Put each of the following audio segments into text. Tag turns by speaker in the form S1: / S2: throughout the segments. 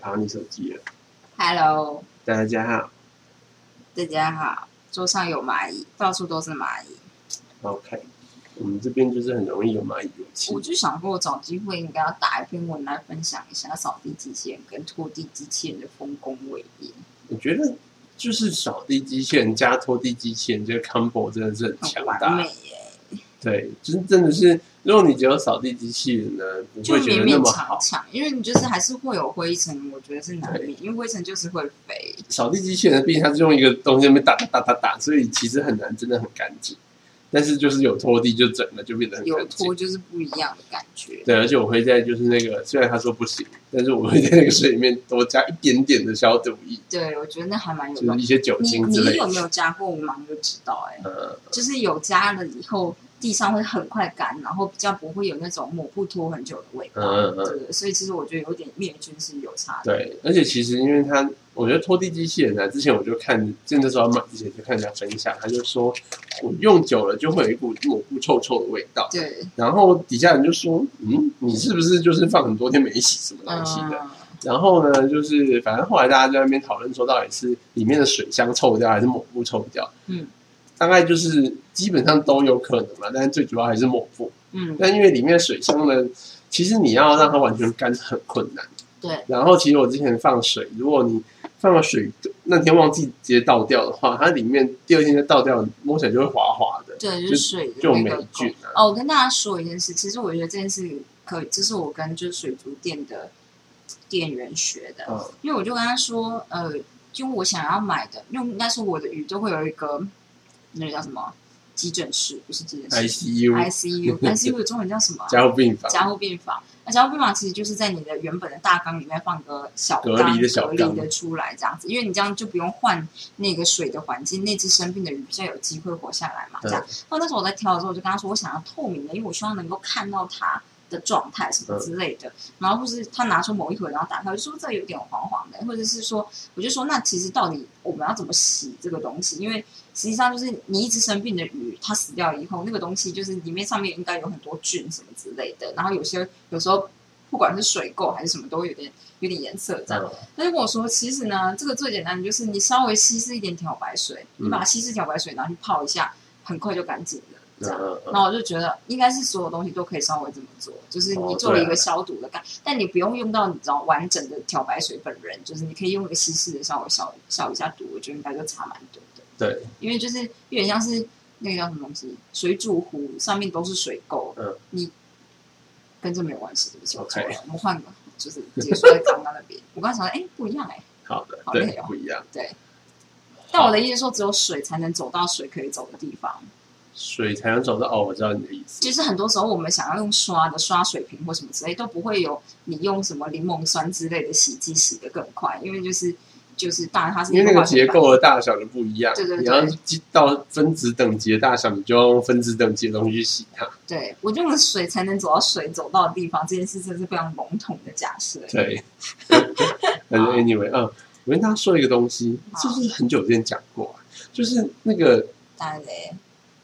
S1: 好，你手机了。
S2: Hello，
S1: 大家好
S2: 大家好，桌上有蚂蚁，到处都是蚂蚁。
S1: ，OK，我们这边就是很容易有蚂蚁油漆
S2: 我。就想说，我找机会应该要打一篇文来分享一下扫地机器人跟拖地机器人的丰功伟业。
S1: 我觉得就是扫地机器人加拖地机器人这个 combo 真的是很
S2: 很
S1: 强
S2: 完
S1: 大。
S2: 美耶、
S1: 对，就是真的是，如果你只有扫地机器人呢，不
S2: 就
S1: 会觉
S2: 勉
S1: 得那
S2: 勉
S1: 么
S2: 强
S1: 好。
S2: 强，因为你就是还是会有灰尘，我觉得是难免，因为灰尘就是会飞。
S1: 扫地机器人毕竟它是用一个东西在那边打打打打打，所以其实很难真的很干净。但是就是有拖地，就整个就变得很
S2: 有
S1: 干净
S2: 拖。就是不一样的感觉。
S1: 对，而且我会在就是那个，虽然他说不行，但是我会在那个水里面多加一点点的消毒液，
S2: 对，我觉得那还蛮有
S1: 就
S2: 用
S1: 是一。些酒
S2: 你
S1: 精之
S2: 嗯你
S1: 类
S2: 有
S1: 的。
S2: 没有加过？我忙就知道哎、
S1: 呃，
S2: 就是有加了以后，地上会很快干，然后比较不会有那种抹布拖很久的味道。
S1: 嗯嗯嗯
S2: 对对，所以其实我觉得有点灭菌是有差的。
S1: 对，而且其实因为他，我觉得拖地机器人啊，之前我就看，真的时候要买之前就看人家分享，他就说我用久了就会有一股抹布臭臭的味道，
S2: 对，
S1: 然后底下人就说，嗯，你是不是就是放很多天没洗什么东西的？
S2: 嗯，
S1: 然后呢，就是反正后来大家在那边讨论说，到底是里面的水箱臭掉还是抹布臭掉？
S2: 嗯，
S1: 大概就是基本上都有可能嘛，但是最主要还是抹布。
S2: 嗯，
S1: 但因为里面的水箱呢，其实你要让它完全干是很困难。
S2: 对，
S1: 然后其实我之前放水，如果你放了水那天忘记直接倒掉的话，它里面第二天再倒掉，摸起来就会滑滑的，
S2: 对，就
S1: 就是
S2: 水的
S1: 就有
S2: 那
S1: 霉
S2: 个口
S1: 菌啊。
S2: 哦，我跟大家说一件事，其实我觉得这件事可以，这是我跟就是水族店的店员学的，
S1: 嗯
S2: 因为我就跟他说，呃，就我想要买的，因为应该是我的鱼都会有一个那个叫什么急诊室，不是急诊室
S1: ，ICU
S2: ，ICU，ICU 的中文叫什么啊、
S1: 加护病房，嗯
S2: 加护病房。那加护病房其实就是在你的原本的大纲里面放个小
S1: 隔
S2: 缸，
S1: 离的小
S2: 隔
S1: 缸
S2: 离的出来这样子，因为你这样就不用换那个水的环境，那只生病的鱼比较有机会活下来嘛。这
S1: 对
S2: 样，那那时候我在挑的时候，我就跟他说，我想要透明的，因为我希望能够看到它的状态什
S1: 嗯
S2: 么之类的。然后或是他拿出某一盒，然后打开，我就说这有点黄黄的，或者是说，我就说那其实到底我们要怎么洗这个东西？因为实际上就是你一只生病的鱼，它死掉以后，那个东西就是里面上面应该有很多菌什么之类的，然后有些有时候不管是水垢还是什么，都会有点有点颜色这样。
S1: 嗯
S2: 他就跟我说，其实呢，这个最简单的就是你稍微稀释一点漂白水，
S1: 嗯
S2: 你把稀释漂白水拿去泡一下，很快就干净了。这样，
S1: 嗯嗯
S2: 然后我就觉得应该是所有东西都可以稍微这么做，就是你
S1: 哦
S2: 做了一
S1: 对
S2: 个
S1: 啊
S2: 消毒的干，但你不用用到你知道完整的漂白水本人，就是你可以用一个稀释的稍微消消一下毒，我觉得应该就差蛮多的。
S1: 对，
S2: 因为就是有点像是那个叫什么东西，水煮壶上面都是水垢，
S1: 嗯，
S2: 你跟这没有关系，对不起，我错
S1: OK
S2: 了，我们换个，就是结束在刚刚那边。我刚才想说，哎，不一样哎、
S1: 好的
S2: 好，
S1: 对
S2: 累哦，
S1: 不一样。
S2: 但我的意思是说，只有水才能走到水可以走的地方。
S1: 水才能走到哦，我知道你的意思。
S2: 就是很多时候我们想要用刷的刷水瓶或什么之类，都不会有你用什么柠檬酸之类的洗剂洗得更快，因为就是就是当然它是
S1: 因为那
S2: 一
S1: 个
S2: 化学
S1: 结
S2: 反
S1: 构的大小就不一样，
S2: 啊对对
S1: 你
S2: 对
S1: 要到分子等级的大小，你就要用分子等级的东西去洗它。
S2: 应，对我用了水才能走到水走到的地方，这件事真是非常笼统的假设。
S1: 对，反正 anyway，嗯，我跟大家说一个东西，是
S2: 好
S1: 不是很久之前讲过啊？就是那个
S2: 当然嘞，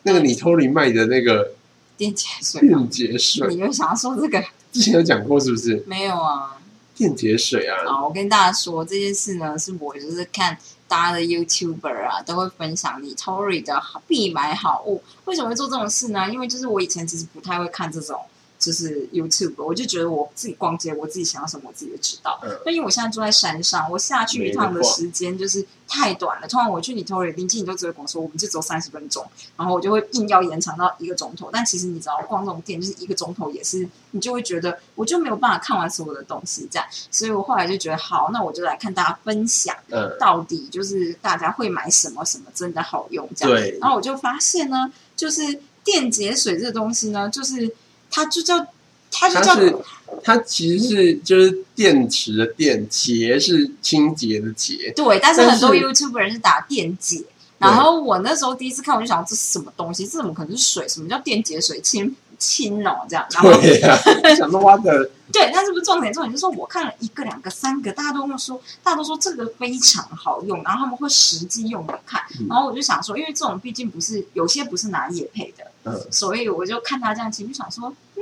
S1: 那个你偷里卖的那个
S2: 电解水嘛，
S1: 电解水，
S2: 你又想要说这个？
S1: 之前有讲过是不是？
S2: 没有啊，
S1: 电解水啊，
S2: 好，我跟大家说这件事呢，是我就是看大家的 YouTuber 啊，都会分享你 Tory 的好必买好物。为什么会做这种事呢？因为就是我以前其实不太会看这种。就是 YouTube，我就觉得我自己逛街，我自己想要什么，我自己就知道。
S1: 嗯
S2: 那、因为我现在住在山上，我下去一趟的时间就是太短了。通常我去你 Tory 邻近，你都只会跟我说我们就只有三十分钟，然后我就会硬要延长到一个钟头。但其实你知道，逛这种店就是一个钟头也是，你就会觉得我就没有办法看完所有的东西这样。所以我后来就觉得好，那我就来看大家分享
S1: 嗯，
S2: 到底就是大家会买什么什么真的好用这样。
S1: 对，
S2: 然后我就发现呢，就是电解水这个东西呢，就是它就叫它就
S1: 它
S2: 叫
S1: 是它其实是就是电池的电，洁是清洁的洁，
S2: 对，但是很多
S1: 但是
S2: YouTube 人是打电解。然后我那时候第一次看，我就想这是什么东西？这怎么可能是水？什么叫电解水？清清哦， 这样。然后
S1: 对 呀、想到挖的，
S2: 对，那是不是重点？重点就是说我看了一个、两个、三个，大家都跟我说，大家都说这个非常好用，然后他们会实际用来看。
S1: 嗯
S2: 然后我就想说，因为这种毕竟不是有些不是拿液配的，
S1: 嗯
S2: 所以我就看他这样，其实就想说，嗯，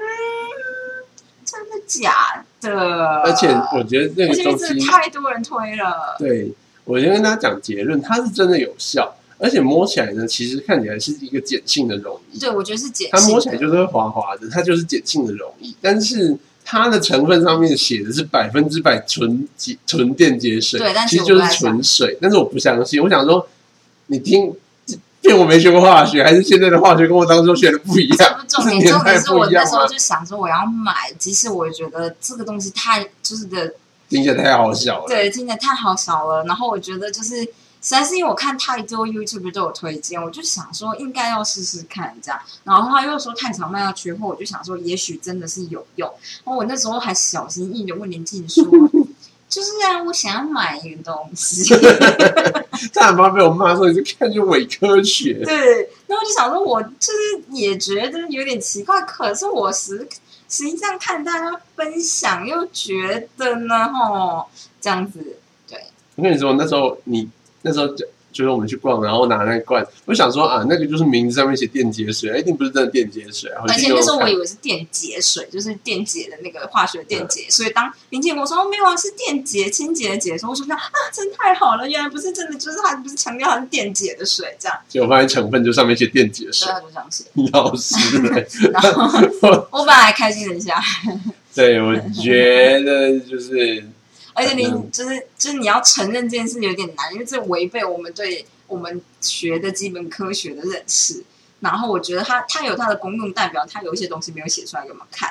S2: 真的假的？
S1: 而且我觉得那
S2: 而
S1: 个
S2: 且因为
S1: 东
S2: 真的
S1: 西，
S2: 太多人推了，
S1: 对我先跟大家讲结论，它是真的有效，而且摸起来呢，其实看起来是一个碱性的溶液，
S2: 对我觉得是碱
S1: 它
S2: 性
S1: 摸起来
S2: 的，
S1: 就是会滑滑的，它就是碱性的溶液，但是它的成分上面写的是百分之百纯洁纯电解水，
S2: 对但是
S1: 其实就
S2: 我不
S1: 是
S2: 太
S1: 纯水，但是我不相信，我想说，你听，骗我没学过化学，还是现在的化学跟我当初学的不一
S2: 这
S1: 样
S2: 不，重
S1: 是
S2: 点，
S1: 年
S2: 重
S1: 代
S2: 点是我
S1: 不一
S2: 那
S1: 样啊
S2: 时
S1: 吗
S2: 候？就想说我要买，即使我觉得这个东西太就是的，
S1: 听起来太好笑了，
S2: 对，听起来太好笑了。然后我觉得就是实在是因为我看太多 YouTube 都有推荐，我就想说应该要试试看这样。然后他又说碳小麦要缺货，我就想说也许真的是有用。然后我那时候还小心翼翼的问林静说。就是啊，我想要买一个东西，
S1: 差点妈被我骂说你是看就伪科学，
S2: 对，那我就想说，我就是也觉得有点奇怪，可是我实实际上看大家分享，又觉得呢，吼，这样子，
S1: 我跟你说，那时候你那时候就就是我们去逛，然后拿那罐，我想说啊，那个就是名字上面写电解水，一定不是真的电解水。啊
S2: 而且那时候我以
S1: 有
S2: 为是电解水，就是电解的那个化学电解，所以当林姐跟我说、哦、没有啊，是电解清洁的解的时候，我说啊，真太好了，原来不是真的，就是它不是强调它是电解的水这样，
S1: 结果发现成分就上面写电解
S2: 所
S1: 水
S2: 以，他就这样写。
S1: 老师嘞。
S2: 然后 我本来还开心了一下，
S1: 对，我觉得就是
S2: 而且你
S1: 嗯
S2: 就是就是你要承认这件事有点难，因为这违背我们对我们学的基本科学的认识。然后我觉得它它有它的功用，代表它有一些东西没有写出来给我们看。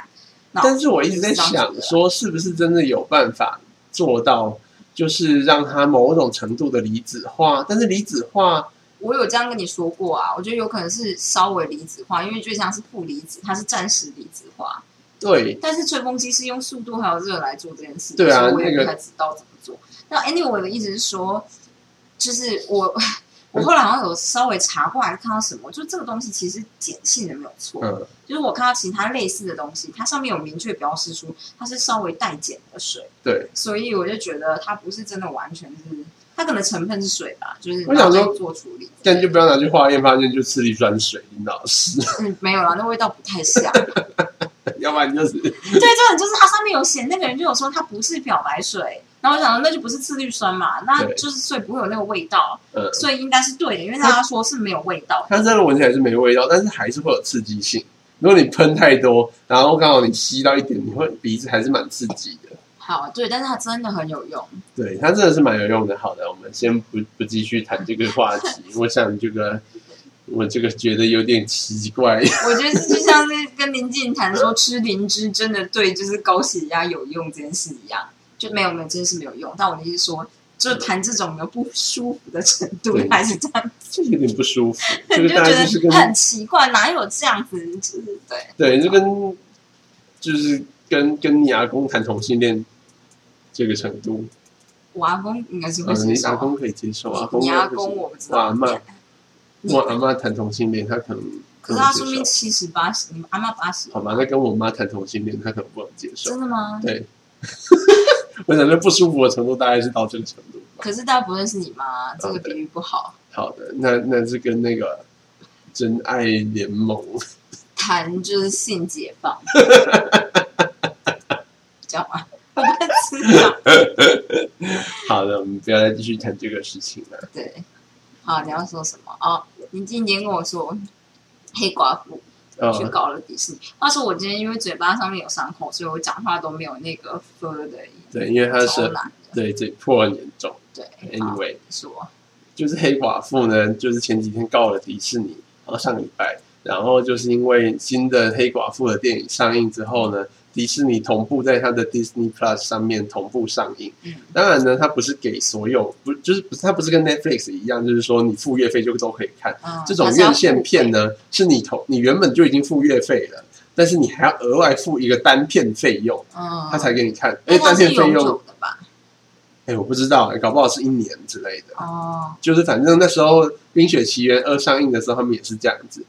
S2: 那
S1: 但是我一直在想，说是不是真的有办法做到，就是让它某种程度的离子化，但是离子化，
S2: 我有这样跟你说过啊，我觉得有可能是稍微离子化，因为就像是负离子，它是暂时离子化。
S1: 对，
S2: 但是吹风机是用速度还有热来做这件事，
S1: 对啊
S2: 所以我也
S1: 那个
S2: 不太知道怎么做。那 anyway，我的意思是说，就是我 我后来好像有稍微查过，还是看到什么，就这个东西其实碱性的没有错，
S1: 嗯，
S2: 就是我看到其他类似的东西，它上面有明确标示出它是稍微带碱的水，
S1: 对，
S2: 所以我就觉得它不是真的完全是，它可能成分是水吧，就是
S1: 我想说
S2: 拿去做处理。
S1: 但就不要拿去化验，发现就吃了一砖水，林老师，
S2: 嗯，没有啦，那味道不太像。
S1: 要不然就是
S2: 对，这种就是它上面有写，那个人就有说它不是漂白水，然后我想说那就不是次氯酸嘛，那
S1: 对
S2: 就是所以不会有那个味道，
S1: 嗯
S2: 所以应该是对的，因为大家说是没有味道，
S1: 它真的闻起来是没味道，但是还是会有刺激性。如果你喷太多，然后刚好你吸到一点，你会鼻子还是蛮刺激的。
S2: 好对，但是它真的很有用，
S1: 对，它真的是蛮有用的。好的，我们先不不继续谈这个话 题。我想这个，我这个觉得有点奇怪。
S2: 我觉得就像是跟林静谈说吃灵芝真的对就是高血压有用这件事一样，就没有没有这件事没有用，但我的意思说。就谈这种有不舒服的程度
S1: 对，
S2: 还是这样，
S1: 这有点不舒服。这
S2: 你
S1: 个
S2: 就
S1: 当然就是
S2: 觉
S1: 跟
S2: 得很奇怪，哪有这样子？就是对，
S1: 对，这跟就是跟跟你阿公谈同性恋这个程度，
S2: 我阿公应该是会
S1: 嗯，
S2: 接
S1: 你
S2: 受
S1: 阿
S2: 啊。
S1: 公可以接受，阿公
S2: 你
S1: 可
S2: 阿
S1: 以接受
S2: 公我不知
S1: 我阿
S2: 道，
S1: 嬷
S2: 你
S1: 我阿妈谈同性恋，她可能
S2: 可是他
S1: 不
S2: 说
S1: 能接
S2: 不
S1: 受
S2: 定七十八十，你阿妈八十，
S1: 好吧，那跟我妈谈同性恋，她可能不能接受。
S2: 真的吗？
S1: 对， 我想说不舒服的程度大概是到这个程度吧。
S2: 可是大家不认识你妈，这个
S1: 对
S2: 比喻不好。
S1: 好的，那那是跟那个真爱联盟，
S2: 谈就是性解 放，知道吗？我不知道。
S1: 好的，我们不要再继续谈这个事情了。
S2: 对，好，你要说什么？哦，你今天跟我说黑寡妇去
S1: 呃，
S2: 搞了迪士尼。话说我今天因为嘴巴上面有伤口，所以我讲话都没有那个 fur 的音，
S1: 对，因为她
S2: 超
S1: 是
S2: 懒的。
S1: 对嘴破很严重。
S2: 对，好，
S1: Anyway，
S2: 你说
S1: 就是黑寡妇呢，就是前几天告了迪士尼，然后上个礼拜，然后就是因为新的黑寡妇的电影上映之后呢，迪士尼同步在它的 Disney Plus 上面同步上映。
S2: 嗯
S1: 当然呢，它不是给所有，不就是不是它不是跟 Netflix 一样，就是说你付月费就都可以看。
S2: 嗯，
S1: 这种
S2: 还是要
S1: 院线片
S2: 付费，
S1: 呢，是你投你原本就已经付月费了，但是你还要额外付一个单片费用，
S2: 嗯，
S1: 他才给你看。
S2: 因
S1: 哎，
S2: 为它
S1: 单
S2: 是
S1: 片费
S2: 永
S1: 用，
S2: 久的吧？
S1: 哎，我不知道，搞不好是一年之类的。
S2: 哦，
S1: 就是反正那时候《冰雪奇缘二》上映的时候，他们也是这样子。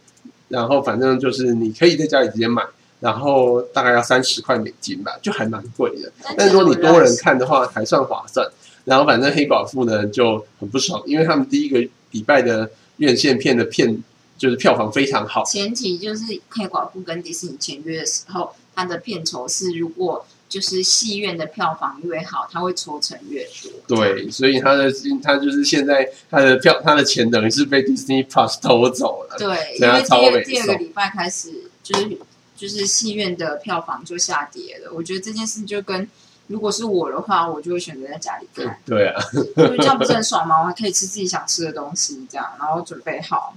S1: 然后反正就是你可以在家里直接买，然后大概要三十块美金吧，就还蛮贵的。但是如果你多人看的话，还算划算。然后反正黑寡妇呢就很不爽，因为他们第一个礼拜的院线片的片就是票房非常好，
S2: 前提就是黑寡妇跟迪士尼签约的时候，它的片酬是如果就是戏院的票房越好，它会抽成越多。
S1: 对，所以他的他就是现在他的票他的钱等于是被 Disney Plus 偷走了。
S2: 对，
S1: 这
S2: 因
S1: 样
S2: 为第
S1: 超
S2: 二
S1: 美
S2: 第二个
S1: 颂
S2: 礼拜开始，就是就是戏院的票房就下跌了。我觉得这件事就跟如果是我的话，我就会选择在家里 看，
S1: 对啊，
S2: 因为这样不是很爽吗？我还可以吃自己想吃的东西，这样，然后准备好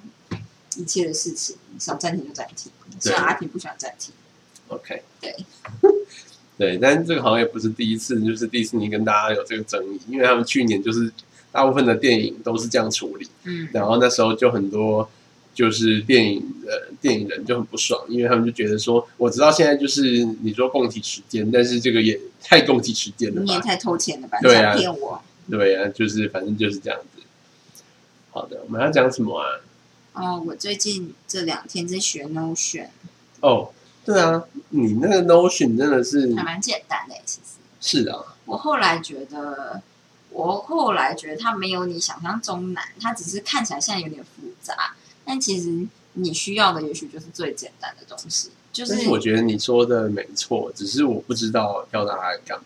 S2: 一切的事情，想暂停就暂停。虽然阿平不喜欢暂停，
S1: OK，
S2: 对，
S1: 对，但是这个好像也不是第一次，就是迪士尼跟大家有这个争议，因为他们去年就是大部分的电影都是这样处理，
S2: 嗯，
S1: 然后那时候就很多就是电影的电影人就很不爽，因为他们就觉得说，我知道现在就是你说供体时间，但是这个也太供体时间了
S2: 你也
S1: 吧？
S2: 太偷钱了吧？
S1: 对啊
S2: 你想骗我？
S1: 对啊，就是反正就是这样子。好的，我们要讲什么啊？
S2: 哦，我最近这两天在学 Notion，
S1: 哦，对啊，你那个 Notion 真的是
S2: 还蛮简单
S1: 嗯
S2: 的欸，其实。
S1: 是啊，
S2: 我后来觉得，我后来觉得它没有你想象中难，它只是看起来现在有点复杂，但其实你需要的也许就是最简单的东西，就
S1: 但
S2: 是
S1: 是我觉得你说的没错，只是我不知道要拿来干嘛。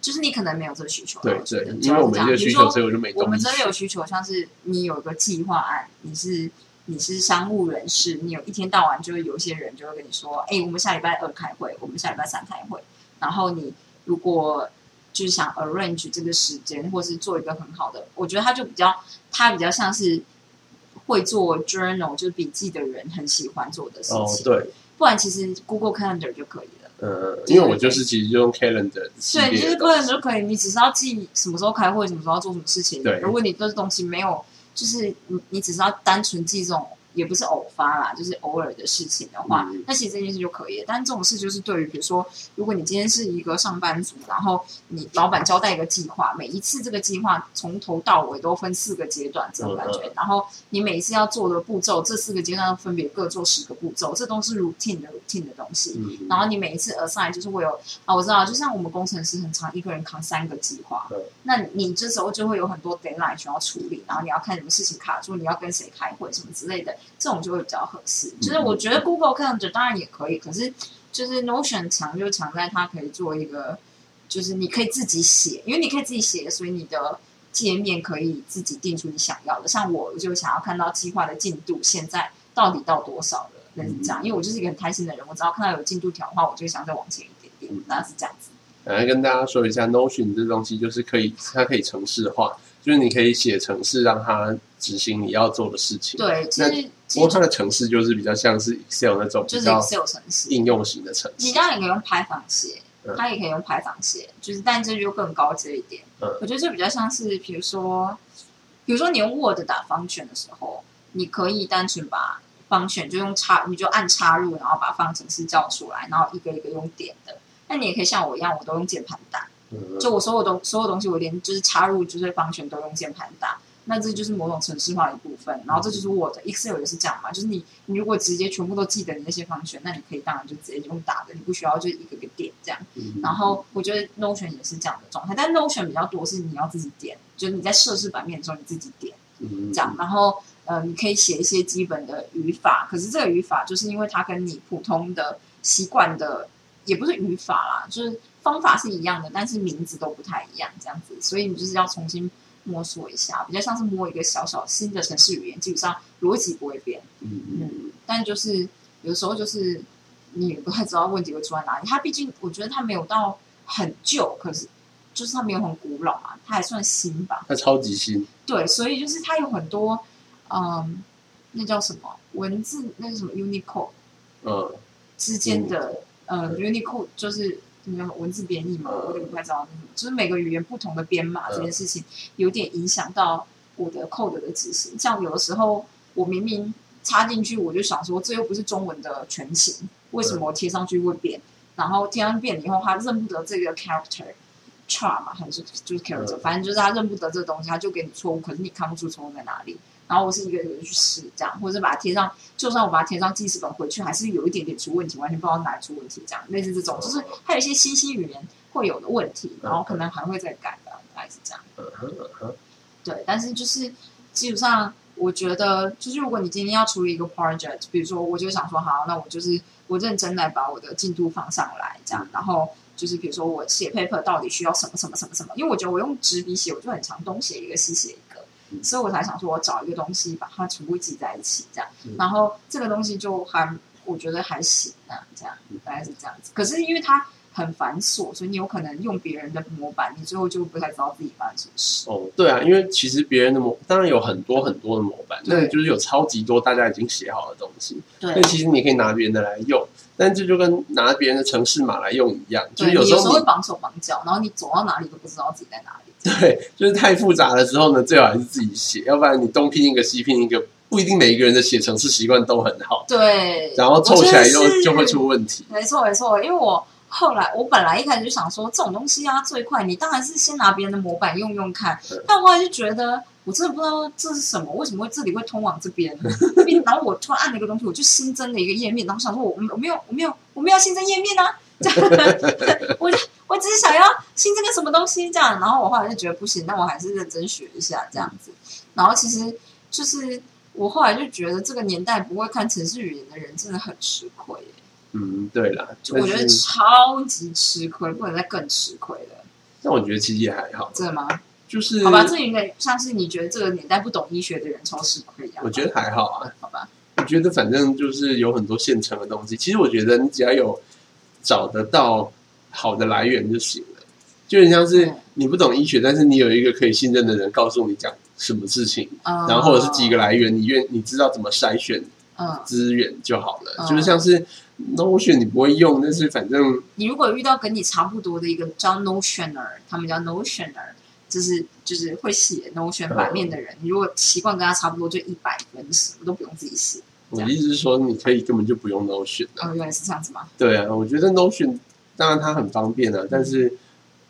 S2: 就是你可能没有这个需求啊，
S1: 对
S2: 我觉
S1: 对
S2: 得，
S1: 因为我没这个需求，
S2: 比
S1: 所
S2: 如说
S1: 以我就没
S2: 我
S1: 东
S2: 们
S1: 西
S2: 这。边有需求，像是你有个计划案，你是。你是商务人士，你有一天到晚就会有一些人就会跟你说，哎、我们下礼拜二开会，我们下礼拜三开会。然后你如果就是想 arrange 这个时间，或是做一个很好的，我觉得他就比较他比较像是会做 journal 就是笔记的人很喜欢做的事
S1: 哦，
S2: 情。
S1: 对，
S2: 不然其实 Google Calendar 就可以了。
S1: 呃，因为我就是其实就用 Calendar 系
S2: 对，你就
S1: 列
S2: 是
S1: 的
S2: 个人就可以，你只是要记什么时候开会，什么时候要做什么事情。
S1: 对
S2: 如果你对这东西没有，就是你你只是要单纯记这种，也不是偶发啦，就是偶尔的事情的话，
S1: 嗯
S2: 那其实这件事就可以了。但这种事就是对于，比如说，如果你今天是一个上班族，然后你老板交代一个计划，每一次这个计划从头到尾都分四个阶段，这种感
S1: 嗯
S2: 觉，然后你每一次要做的步骤，这四个阶段分别各做十个步骤，这都是 routine 的 routine 的东西。
S1: 嗯，
S2: 然后你每一次 assign 就是会有啊，我知道，就像我们工程师很常一个人扛三个计划，
S1: 对
S2: 那你这时候就会有很多 deadline 需要处理，然后你要看什么事情卡住，你要跟谁开会什么之类的，这种就会比较合适。就是我觉得 Google Calendar 当然也可以，可是就是 Notion 强就强在它可以做一个，就是你可以自己写，因为你可以自己写，所以你的。界面可以自己定出你想要的，像我就想要看到计划的进度，现在到底到多少了，类似这
S1: 嗯
S2: 样。因为我就是一个很贪心的人，我只要看到有进度条的话，我就想再往前一点点
S1: 嗯，
S2: 那是这样子。
S1: 来跟大家说一下，Notion 这东西就是可以，它可以程式化，就是你可以写程式让它执行你要做的事情。，
S2: 对，其实
S1: 不
S2: 其
S1: 过
S2: 实
S1: 它的程式就是比较像是 Excel 那种
S2: 就
S1: 比
S2: 是
S1: 较
S2: Excel 程式，
S1: 应用型的程
S2: 你
S1: 式。
S2: 当然也可以用拍仿写
S1: 嗯，
S2: 它也可以用拍仿写，就是但这就更高阶一点。
S1: 嗯
S2: 我觉得这比较像是，比如说，比如说你用 Word 打方选的时候，你可以单纯把方选就用插，你就按插入，然后把方程式叫出来，然后一个一个用点的。那你也可以像我一样，我都用键盘打，
S1: 嗯
S2: 就我所有东所有东西，我连就是插入就是方选都用键盘打，那这就是某种程式化的一部分。然后这就是我的 Excel 也是这样嘛，就是你你如果直接全部都记得你那些方选，那你可以当然就直接用打的，你不需要就是一个个点这样。
S1: 嗯
S2: 然后我觉得 Notion 也是这样的状态，但 Notion 比较多是你要自己点，就是你在设置版面的时候你自己点。
S1: 嗯
S2: 这样，然后呃，你可以写一些基本的语法，可是这个语法就是因为它跟你普通的习惯的也不是语法啦，就是方法是一样的，但是名字都不太一样，这样子，所以你就是要重新摸索一下，比较像是摸一个小小新的城市语言，基本上逻辑不会变，
S1: 嗯嗯
S2: 但就是有时候就是你也不太知道问题会出在哪里。它毕竟我觉得它没有到很旧，可是就是它没有很古老嘛，它还算新吧。
S1: 它超级新，
S2: 对，所以就是它有很多，嗯，那叫什么文字，那是什么 Unicode
S1: 嗯，
S2: 之间的，呃，Unicode 就是你们文字编译嘛，我有点不太知道那是什么，就是每个语言不同的编码这件事情，有点影响到我的 code 的执行。像有的时候我明明插进去，我就想说这又不是中文的全形，为什么我贴上去会变？然后贴上去变了以后，它认不得这个 character。char 嘛，还是就是 character，、
S1: 嗯
S2: 反正就是他认不得这个东西，他就给你错误，可是你看不出错误在哪里。然后我是一个一个去试这样，或者把它贴上，就算我把它贴上记事本回去，还是有一点点出问题，完全不知道哪里出问题，这样类似这种，就是还有一些新兴语言会有的问题，然后可能还会再改吧，大概是这样。
S1: 嗯哼嗯哼
S2: 对，但是就是基本上，我觉得就是如果你今天要处理一个 project，比如说我就想说，好，那我就是我认真来把我的进度放上来，这样，然后就是比如说我写 paper 到底需要什么什么什么什么，因为我觉得我用纸笔写，我就很常东写一个西写一个，
S1: 嗯
S2: 所以我才想说我找一个东西把它全部记在一起这样，
S1: 嗯
S2: 然后这个东西就还我觉得还行啊，这样
S1: 嗯
S2: 大概是这样子。可是因为它很繁琐，所以你有可能用别人的模板，你最后就不太知道自己发生什么事。
S1: 哦，对啊，因为其实别人的模当然有很多很多的模板，
S2: 对
S1: 但是就是有超级多大家已经写好的东西，
S2: 对
S1: 但其实你可以拿别人的来用，但这就跟拿别人的城市码来用一样，就
S2: 对，
S1: 是
S2: 你
S1: 有
S2: 有
S1: 时
S2: 时候
S1: 候
S2: 会
S1: 你
S2: 绑手绑脚，然后你走到哪里都不知道自己在哪里。
S1: 对，就是太复杂的时候呢，最好还是自己写，要不然你东拼一个西拼一个，不一定每一个人的写城市习惯都很好，
S2: 对，
S1: 然后凑起来
S2: 我觉得
S1: 又
S2: 是
S1: 就会出问题。
S2: 没错没错，因为我后来我本来一开始就想说这种东西啊最快，你当然是先拿别人的模板用用看
S1: 对。
S2: 但我后来就觉得我真的不知道这是什么，为什么会这里会通往这 边？然后我突然按了一个东西，我就新增了一个页面，然后想说我我没有我没有我没有新增页面啊， 这样我就我只是想要新增个什么东西这样。然后我后来就觉得不行，那我还是认真学一下这样子。然后其实就是我后来就觉得这个年代不会看城市语言的人真的很吃亏耶、
S1: 嗯，对啦，
S2: 我觉得
S1: 但是
S2: 超级吃亏，不能再更吃亏了，
S1: 但我觉得其实也还好，
S2: 真的吗？
S1: 就是
S2: 好吧，这应该像是你觉得这个年代不懂医学的人超吃亏一样吧。
S1: 我觉得还好啊。
S2: 好吧，
S1: 我觉得反正就是有很多现成的东西。其实我觉得你只要有找得到好的来源就行了，就很像是
S2: 嗯
S1: 你不懂医学，但是你有一个可以信任的人告诉你讲
S2: 哦
S1: 什么事情，
S2: 嗯，
S1: 然后或者是几个来源，你愿你知道怎么筛选
S2: 嗯，
S1: 资源就好了。
S2: 嗯
S1: 就是像是 Notion 你不会用，但是反正
S2: 你如果遇到跟你差不多的一个叫 Notioner，他们叫 Notioner，就是就是会写 Notion
S1: 嗯
S2: 版面的人，你如果习惯跟他差不多，就一百分，什么都不用自己写。
S1: 我的意思是说，你可以根本就不用 Notion 啊。
S2: 哦，原来是这样子吗？
S1: 对啊，我觉得 Notion 当然它很方便啊，但是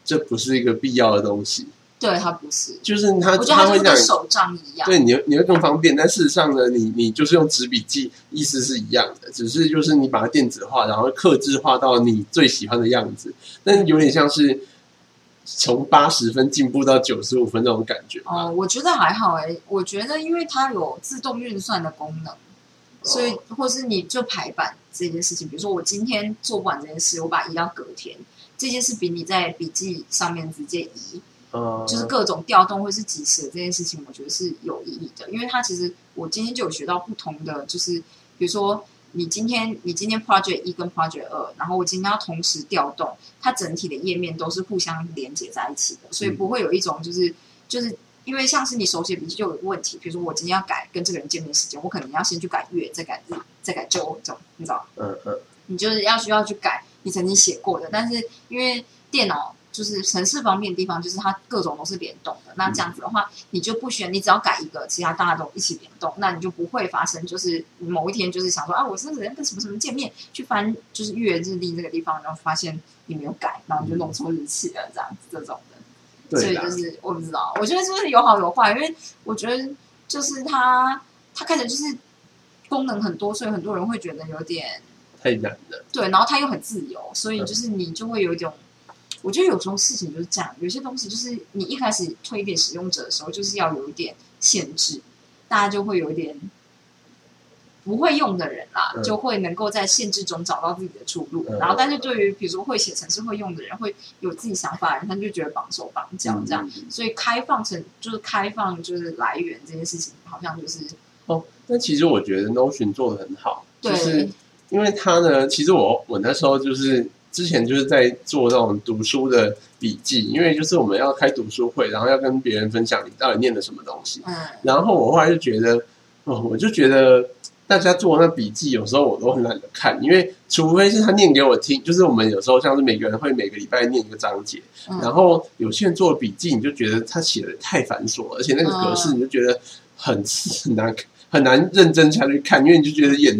S1: 这不是一个必要的东西。
S2: 对，他不是，
S1: 就是它，
S2: 我觉得他
S1: 会让
S2: 就跟
S1: 你
S2: 手账一样。
S1: 对，你会你会更方便，但事实上呢，你你就是用纸笔记，意思是一样的，只是就是你把它电子化，然后刻制化到你最喜欢的样子，但有点像是从八十分进步到九十五分那种感觉吧。
S2: 哦，我觉得还好哎、我觉得因为它有自动运算的功能，所以或是你就排版这件事情，比如说我今天做不完这件事，我把它移到隔天，这件事比你在笔记上面直接移，
S1: 哦，
S2: 就是各种调动或是及时的这件事情，我觉得是有意义的，因为它其实我今天就有学到不同的，就是比如说你今天你今天 project 一跟 project 二，然后我今天要同时调动，它整体的页面都是互相连接在一起的，所以不会有一种就是就是。因为像是你手写笔记就有问题，比如说我今天要改跟这个人见面时间，我可能要先去改月，再改日，再改周，这种你知道吗？
S1: 嗯嗯，
S2: 你就是要需要去改你曾经写过的，但是因为电脑就是城市方面的地方，就是它各种都是联动的。那这样子的话，你就不需要，你只要改一个，其他大家都一起联动，那你就不会发生就是某一天就是想说啊，我这个人跟什么什么见面，去翻就是月日历这个地方，然后发现你没有改，然后你就弄错日期了，这样子这种的。所
S1: 对啊
S2: 以
S1: 啦
S2: 就，是我不知道，我觉得就是有好有坏，因为我觉得就是它它看起来就是功能很多，所以很多人会觉得有点。
S1: 太难了。
S2: 对，然后它又很自由，所
S1: 嗯
S2: 以就是你就会有一种，我觉得有时候事情就是这样，有些东西就是你一开始推给使用者的时候，就是要有一点限制，大家就会有一点不会用的人啦，
S1: 嗯
S2: 就会能够在限制中找到自己的出路。
S1: 嗯
S2: 然后，但是对于比如说会写程式会用的人，会有自己想法的人，他就觉得绑手绑脚这样。
S1: 嗯
S2: 所以开放成就是开放就是来源这件事情，好像就是
S1: 哦，但其实我觉得 Notion 做的很好，就
S2: 对
S1: 是因为它呢，其实我我那时候就是之前就是在做那种读书的笔记，因为就是我们要开读书会，然后要跟别人分享你到底念的什么东西。
S2: 嗯
S1: 然后我后来就觉得，哦，我就觉得大家做那笔记，有时候我都很懒得看，因为除非是他念给我听，就是我们有时候像是每个人会每个礼拜念一个章节，
S2: 嗯，
S1: 然后有些人做笔记，你就觉得他写的太繁琐，而且那个格式
S2: 嗯
S1: 你就觉得很很难很难认真下去看，因为你就觉得眼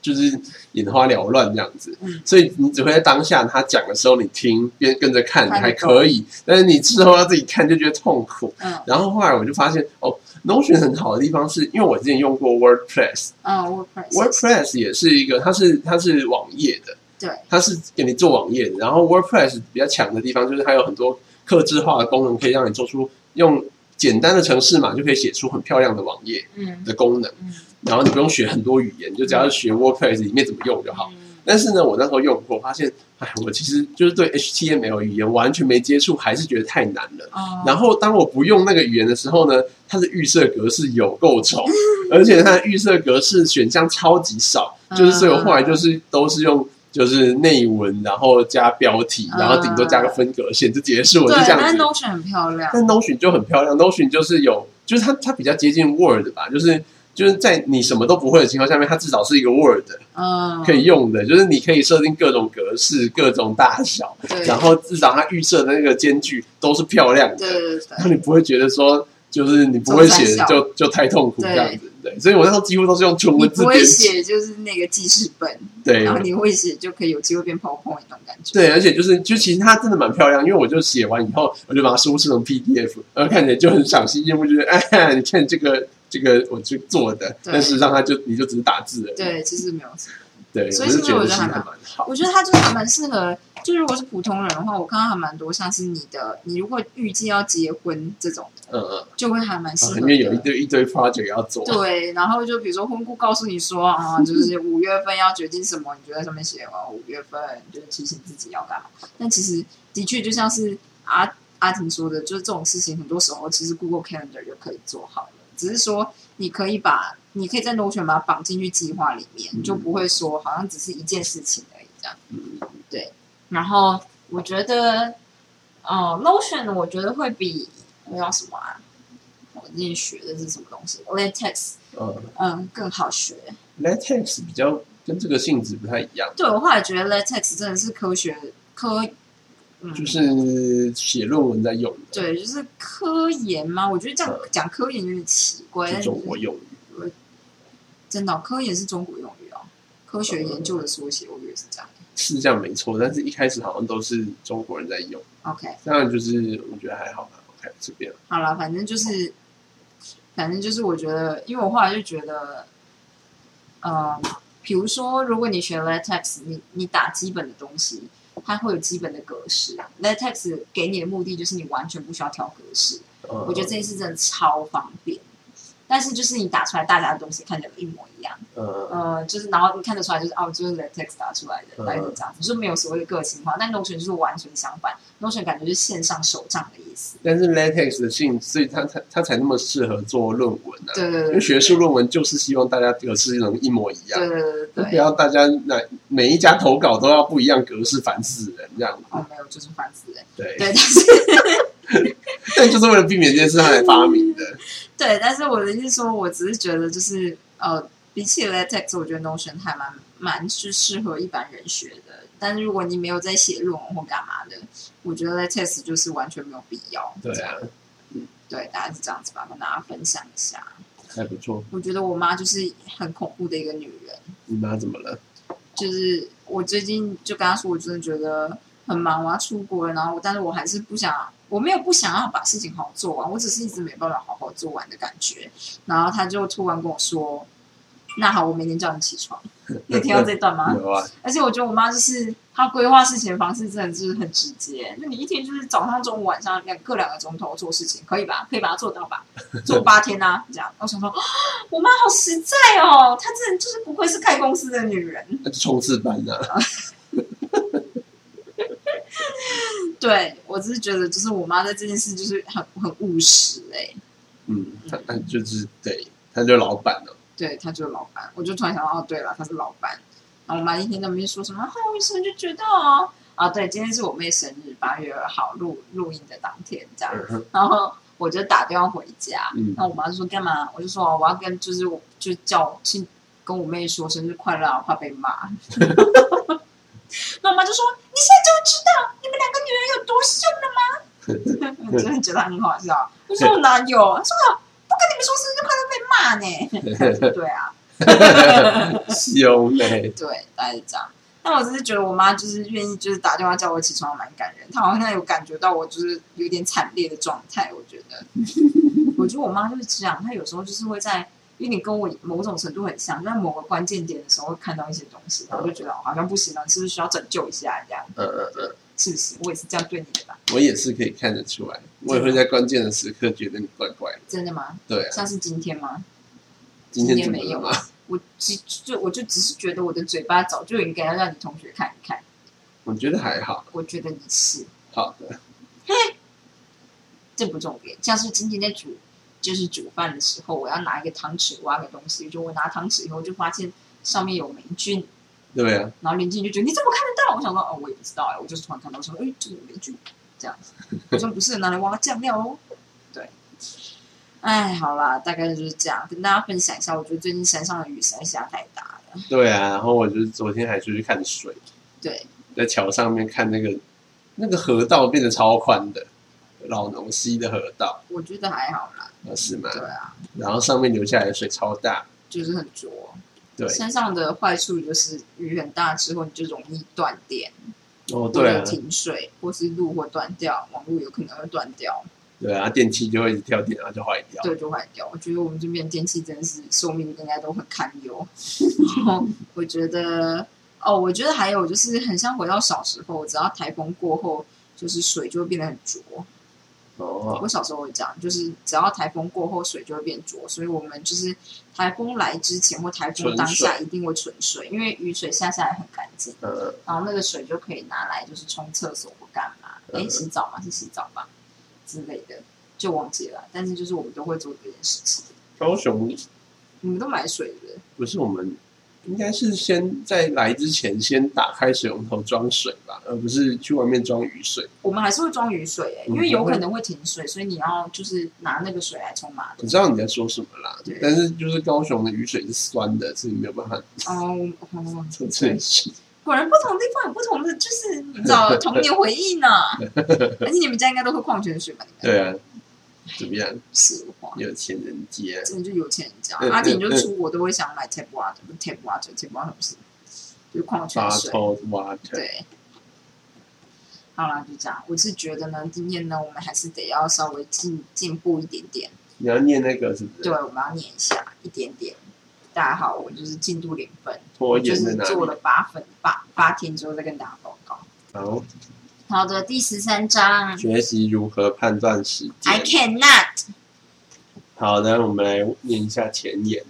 S1: 就是眼花缭乱这样子。
S2: 嗯
S1: 所以你只会在当下他讲的时候你听，边跟着看
S2: 看得
S1: 还可以，但是你之后要自己看就觉得痛苦。
S2: 嗯
S1: 然后后来我就发现，哦，Notion 很好的地方是因为我之前用过 WordPress，WordPress
S2: 嗯，WordPress，
S1: 也是一个，它是它是网页的，
S2: 对，
S1: 它是给你做网页的。然后 WordPress 比较强的地方就是它有很多客制化的功能，可以让你做出用简单的程式码就可以写出很漂亮的网页
S2: 嗯
S1: 的功能。
S2: 嗯，
S1: 然后你不用学很多语言，就只要学 WordPress 里面怎么用就好。
S2: 嗯
S1: 但是呢，我那时候用过，发现，哎，我其实就是对 HTML 语言完全没接触，还是觉得太难了。
S2: 哦
S1: 然后当我不用那个语言的时候呢，它的预设格式有够丑，而且它的预设格式选项超级少，
S2: 嗯
S1: 就是所以我后来就是都是用。就是内文，然后加标题，然后顶多加个分隔线就结束了，就
S2: 对，
S1: 这样
S2: 但
S1: 子
S2: 是。Notion 很漂亮，
S1: 但 Notion 就很漂亮，Notion 就是有，就是它它比较接近 Word 吧，就是就是在你什么都不会的情况下面，它至少是一个 Word
S2: 嗯，
S1: 可以用的，就是你可以设定各种格式、各种大小，
S2: 对，
S1: 然后至少它预设的那个间距都是漂亮
S2: 对
S1: 的，
S2: 对对
S1: 然后你不会觉得说。就是你不会
S2: 这
S1: 写
S2: 种三小
S1: 就就太痛苦这样子，对，所以我那时候几乎都是用纯
S2: 对，你
S1: 文字
S2: 不会
S1: 编辑，
S2: 写就是那个记事本，
S1: 对，
S2: 然后你会写就可以有机会变 PowerPoint 那种感觉，
S1: 对，而且就是就其实它真的蛮漂亮，因为我就写完以后，我就把它输出成 PDF，然后看起来就很赏心悦目，就是哎，你看这个这个我去做的，
S2: 对
S1: 但事实上它就你就只是打字而已。
S2: 对，其实没有什么。
S1: 对，
S2: 所
S1: 我
S2: 以
S1: 是
S2: 现在
S1: 觉
S2: 我
S1: 得
S2: 觉
S1: 其
S2: 得
S1: 实还
S2: 还
S1: 蛮好。
S2: 我觉得它就是还蛮适合，就如果是普通人的话，我看到还蛮多像是你的，你如果预计要结婚这种，
S1: 嗯嗯，
S2: 就会还蛮适合的。
S1: 因为有一堆一堆 project 要做。
S2: 对，然后就比如说婚顾告诉你说啊，就是五月份要决定什么，你就在上面写哦，五月份就是提醒自己要干嘛。但其实的确就像是阿阿婷说的，就是这种事情很多时候其实 Google Calendar 就可以做好了，只是说你可以把你可以在 Notion 把它绑进去计划里面，
S1: 嗯
S2: 就不会说好像只是一件事情而已这样。对，然后我觉得哦、n o t i o n 我觉得会比那叫什么啊？我之前学的是什么东西？LaTeX。
S1: 嗯
S2: 嗯更好学。
S1: ，LaTeX 比较跟这个性质不太一样，
S2: 对我后来觉得 LaTeX 真的是科学科，嗯，
S1: 就是写论文在用的，
S2: 对，就是科研嘛。我觉得这样讲科研有点奇怪，但
S1: 是嗯
S2: 是
S1: 中国用语。
S2: 真的哦、科研是中国用语哦，科学研究的缩写，我以为是这样。
S1: 是这样没错，但是一开始好像都是中国人在用，
S2: OK，
S1: 当然就是我觉得还好吧，OK，这边。
S2: 好了，反正就是，反正就是，我觉得，因为我后来就觉得，呃，比如说，如果你学 LaTeX，你你打基本的东西，它会有基本的格式。LaTeX 给你的目的就是你完全不需要调格式，
S1: 嗯
S2: 我觉得这件事真的超方便。但是就是你打出来，大家的东西看起来都一模一样，
S1: 嗯
S2: 呃，就是然后你看得出来，就是哦，就是 LaTeX 打出来的，
S1: 嗯
S2: 大概是这样子，就没有所谓的个性化。但 Notion 就是完全相反，Notion 感觉就是线上手账的意思。，
S1: 但是 LaTeX 的性，所以它它它才那么适合做论文啊。
S2: 对对
S1: 因
S2: 对
S1: 为，学术论文就是希望大家格式能一模一样，
S2: 对对对
S1: 不
S2: 对，
S1: 要大家哪每一家投稿都要不一样格式，烦死人这样。
S2: 哦，没有，就是烦死人。
S1: 对，
S2: 对，但是
S1: 但就是为了避免这件事，他才发明的。
S2: 嗯对，但是我的意思是说，我只是觉得就是呃，比起 LaTeX，我觉得 Notion 还蛮蛮是适合一般人学的。但是如果你没有在写论文或干嘛的，我觉得 LaTeX 就是完全没有必要。
S1: 对啊，
S2: 嗯对，大概是这样子吧，跟大家分享一下。
S1: 还不错。
S2: 我觉得我妈就是很恐怖的一个女人。
S1: 你妈怎么了？
S2: 就是我最近就跟他说，我真的觉得很忙，我要出国了，然后我但是我还是不想，我没有不想要把事情好好做完，我只是一直没办法好好做完的感觉。然后他就突然跟我说：“那好，我明天叫你起床。” 你有听到这段 吗？
S1: 有啊，
S2: 而且我觉得我妈就是她规划事情的方式真的就是很直接，那你一天就是早上、中午、晚上两各两个钟头做事情，可以吧？可以把它做到吧？做八天啊，这样。我想说，啊 我妈好实在哦，她真的就是不愧是开公司的女人。
S1: 那就冲刺班啊。
S2: 对我只是觉得，就是我妈在这件事就是很很务实哎、
S1: 嗯，他他就是对，他就是老板了。
S2: 对，她就是老板，我就突然想到，哦，对了，她是老板。然后我妈一天到晚就说什么，啊，我生就觉得哦，啊，对，今天是我妹生日，八月二号录录音的当天这样，
S1: 嗯哼
S2: 然后我就打电话回家，
S1: 嗯
S2: 那我妈就说干嘛？我就说哦我要跟就是我就叫去跟我妹说生日快乐啊，我怕被骂。 那我妈就说：“你现在就知道你们两个女人有多凶了吗？” 我真的觉得很好笑。我说我哪有？她说哦不跟你们说生日快乐被骂呢。 对啊，
S1: 兄妹，
S2: 对，大概是这样。但我只是觉得我妈就是愿意就是打电话叫我起床，蛮感人。她好像有感觉到我就是有点惨烈的状态，我觉得。我觉得我妈就是这样，她有时候就是会在，因为你跟我某种程度很像，就在某个关键点的时候会看到一些东西，然后就觉得哦好像不行了，你是不是需要拯救一下这样？
S1: 嗯嗯嗯，
S2: 是不是？我也是这样对你的吧？
S1: 我也是可以看得出来，我也会在关键的时刻觉得你怪怪的。
S2: 真的吗？
S1: 对啊，
S2: 像是今天吗？
S1: 今天
S2: 今
S1: 怎
S2: 天
S1: 么
S2: 没有 啊
S1: 了吗？
S2: 我只就我就只是觉得我的嘴巴早就应该要让你同学看一看，
S1: 我觉得还好，
S2: 我觉得你是，
S1: 好的，
S2: 这不重点。像是今天在煮就是煮饭的时候，我要拿一个汤匙挖个东西，就我拿汤匙以后就发现上面有霉菌，
S1: 对啊，
S2: 然后林静就觉得你怎么看得到？我想说哦，我也不知道哎、我就是突然看到，我想说哎，这个有霉菌这样子，我说不是拿来挖酱料哦，对。哎，好啦，大概就是这样，跟大家分享一下。我觉得最近山上的雨实在下太大了，
S1: 对啊。然后我就是昨天还出去看水，
S2: 对，
S1: 在桥上面看那个那个河道变得超宽的，老农溪的河道，
S2: 我觉得还好啦，
S1: 呃是吗？
S2: 对啊，
S1: 然后上面流下来的水超大，
S2: 就是很浊。
S1: 对，
S2: 山上的坏处就是雨很大之后，你就容易断电，
S1: 哦
S2: 或
S1: 对
S2: 者
S1: 啊，
S2: 停水，或是路会断掉，网络有可能会断掉，
S1: 对啊，电器就会一直跳电，然后就坏掉。
S2: 对，就坏掉。我觉得我们这边电器真的是寿命应该都很堪 忧。然后我觉得，哦，我觉得还有就是很像回到小时候，只要台风过后，就是水就会变得很浊。
S1: 哦，
S2: 我小时候会这样，就是只要台风过后，水就会变浊，所以我们就是台风来之前或台风当下一定会存水，因为雨水下下来很干净，
S1: 呃，
S2: 然后那个水就可以拿来就是冲厕所或干嘛，哎、
S1: 嗯
S2: 洗澡嘛是洗澡吧之类的，就忘记了。但是就是我们都会做这件事情。
S1: 高雄
S2: 你们都买水的，
S1: 不是我们，应该是先在来之前先打开水龙头装水吧，而不是去外面装雨水。
S2: 我们还是会装雨水哎、
S1: 嗯
S2: 因为有可能会停水，所以你要就是拿那个水来冲马
S1: 我
S2: 桶。
S1: 知道你在说什么啦
S2: 对，
S1: 但是就是高雄的雨水是酸的，所以没有办法
S2: 哦，我我
S1: 做这件事。
S2: 果然不同地方有不同的，就是你知道童年回忆呢。 而且你们家应该都喝矿泉水吧？你们
S1: 对啊，怎么样？
S2: 实话，
S1: 有钱人接
S2: 真的就有钱人家。
S1: 嗯
S2: 阿婷就出国都会想买 tap water，不是 tap water，tap water 不是，就是矿泉
S1: 发
S2: 水。
S1: 臭 water，
S2: 对。好啦，就这样。我是觉得呢，今天呢，我们还是得要稍微进进步一点点。
S1: 你要念那个是不
S2: 对，
S1: 是？
S2: 我们要念一下一点点。大家好，我就是进度零分，
S1: 拖
S2: 就
S1: 延在
S2: 是
S1: 哪
S2: 做
S1: 里？
S2: 了八分八八天之后再跟大家报告。
S1: 好，
S2: 好的，第十三章。
S1: 学习如何判断时
S2: I
S1: 间。
S2: cannot。
S1: 好的，我们来念一下前言。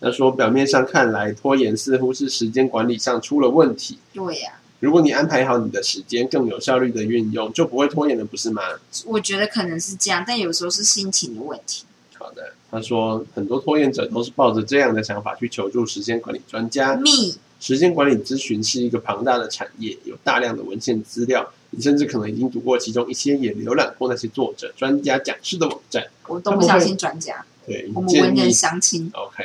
S1: 他说，表面上看来，拖延似乎是时间管理上出了问题。
S2: 对呀、
S1: 如果你安排好你的时间，更有效率的运用，就不会拖延了，不是吗？
S2: 我觉得可能是这样，但有时候是心情的问题。
S1: 好的，他说很多拖延者都是抱着这样的想法去求助时间管理专家。
S2: Me，
S1: 时间管理咨询是一个庞大的产业，有大量的文献资料，你甚至可能已经读过其中一些，也浏览过那些作者、专家讲师的网站。
S2: 我都不相信专家，
S1: 对
S2: 我，们文
S1: 建
S2: 人
S1: 议
S2: 相亲。
S1: OK，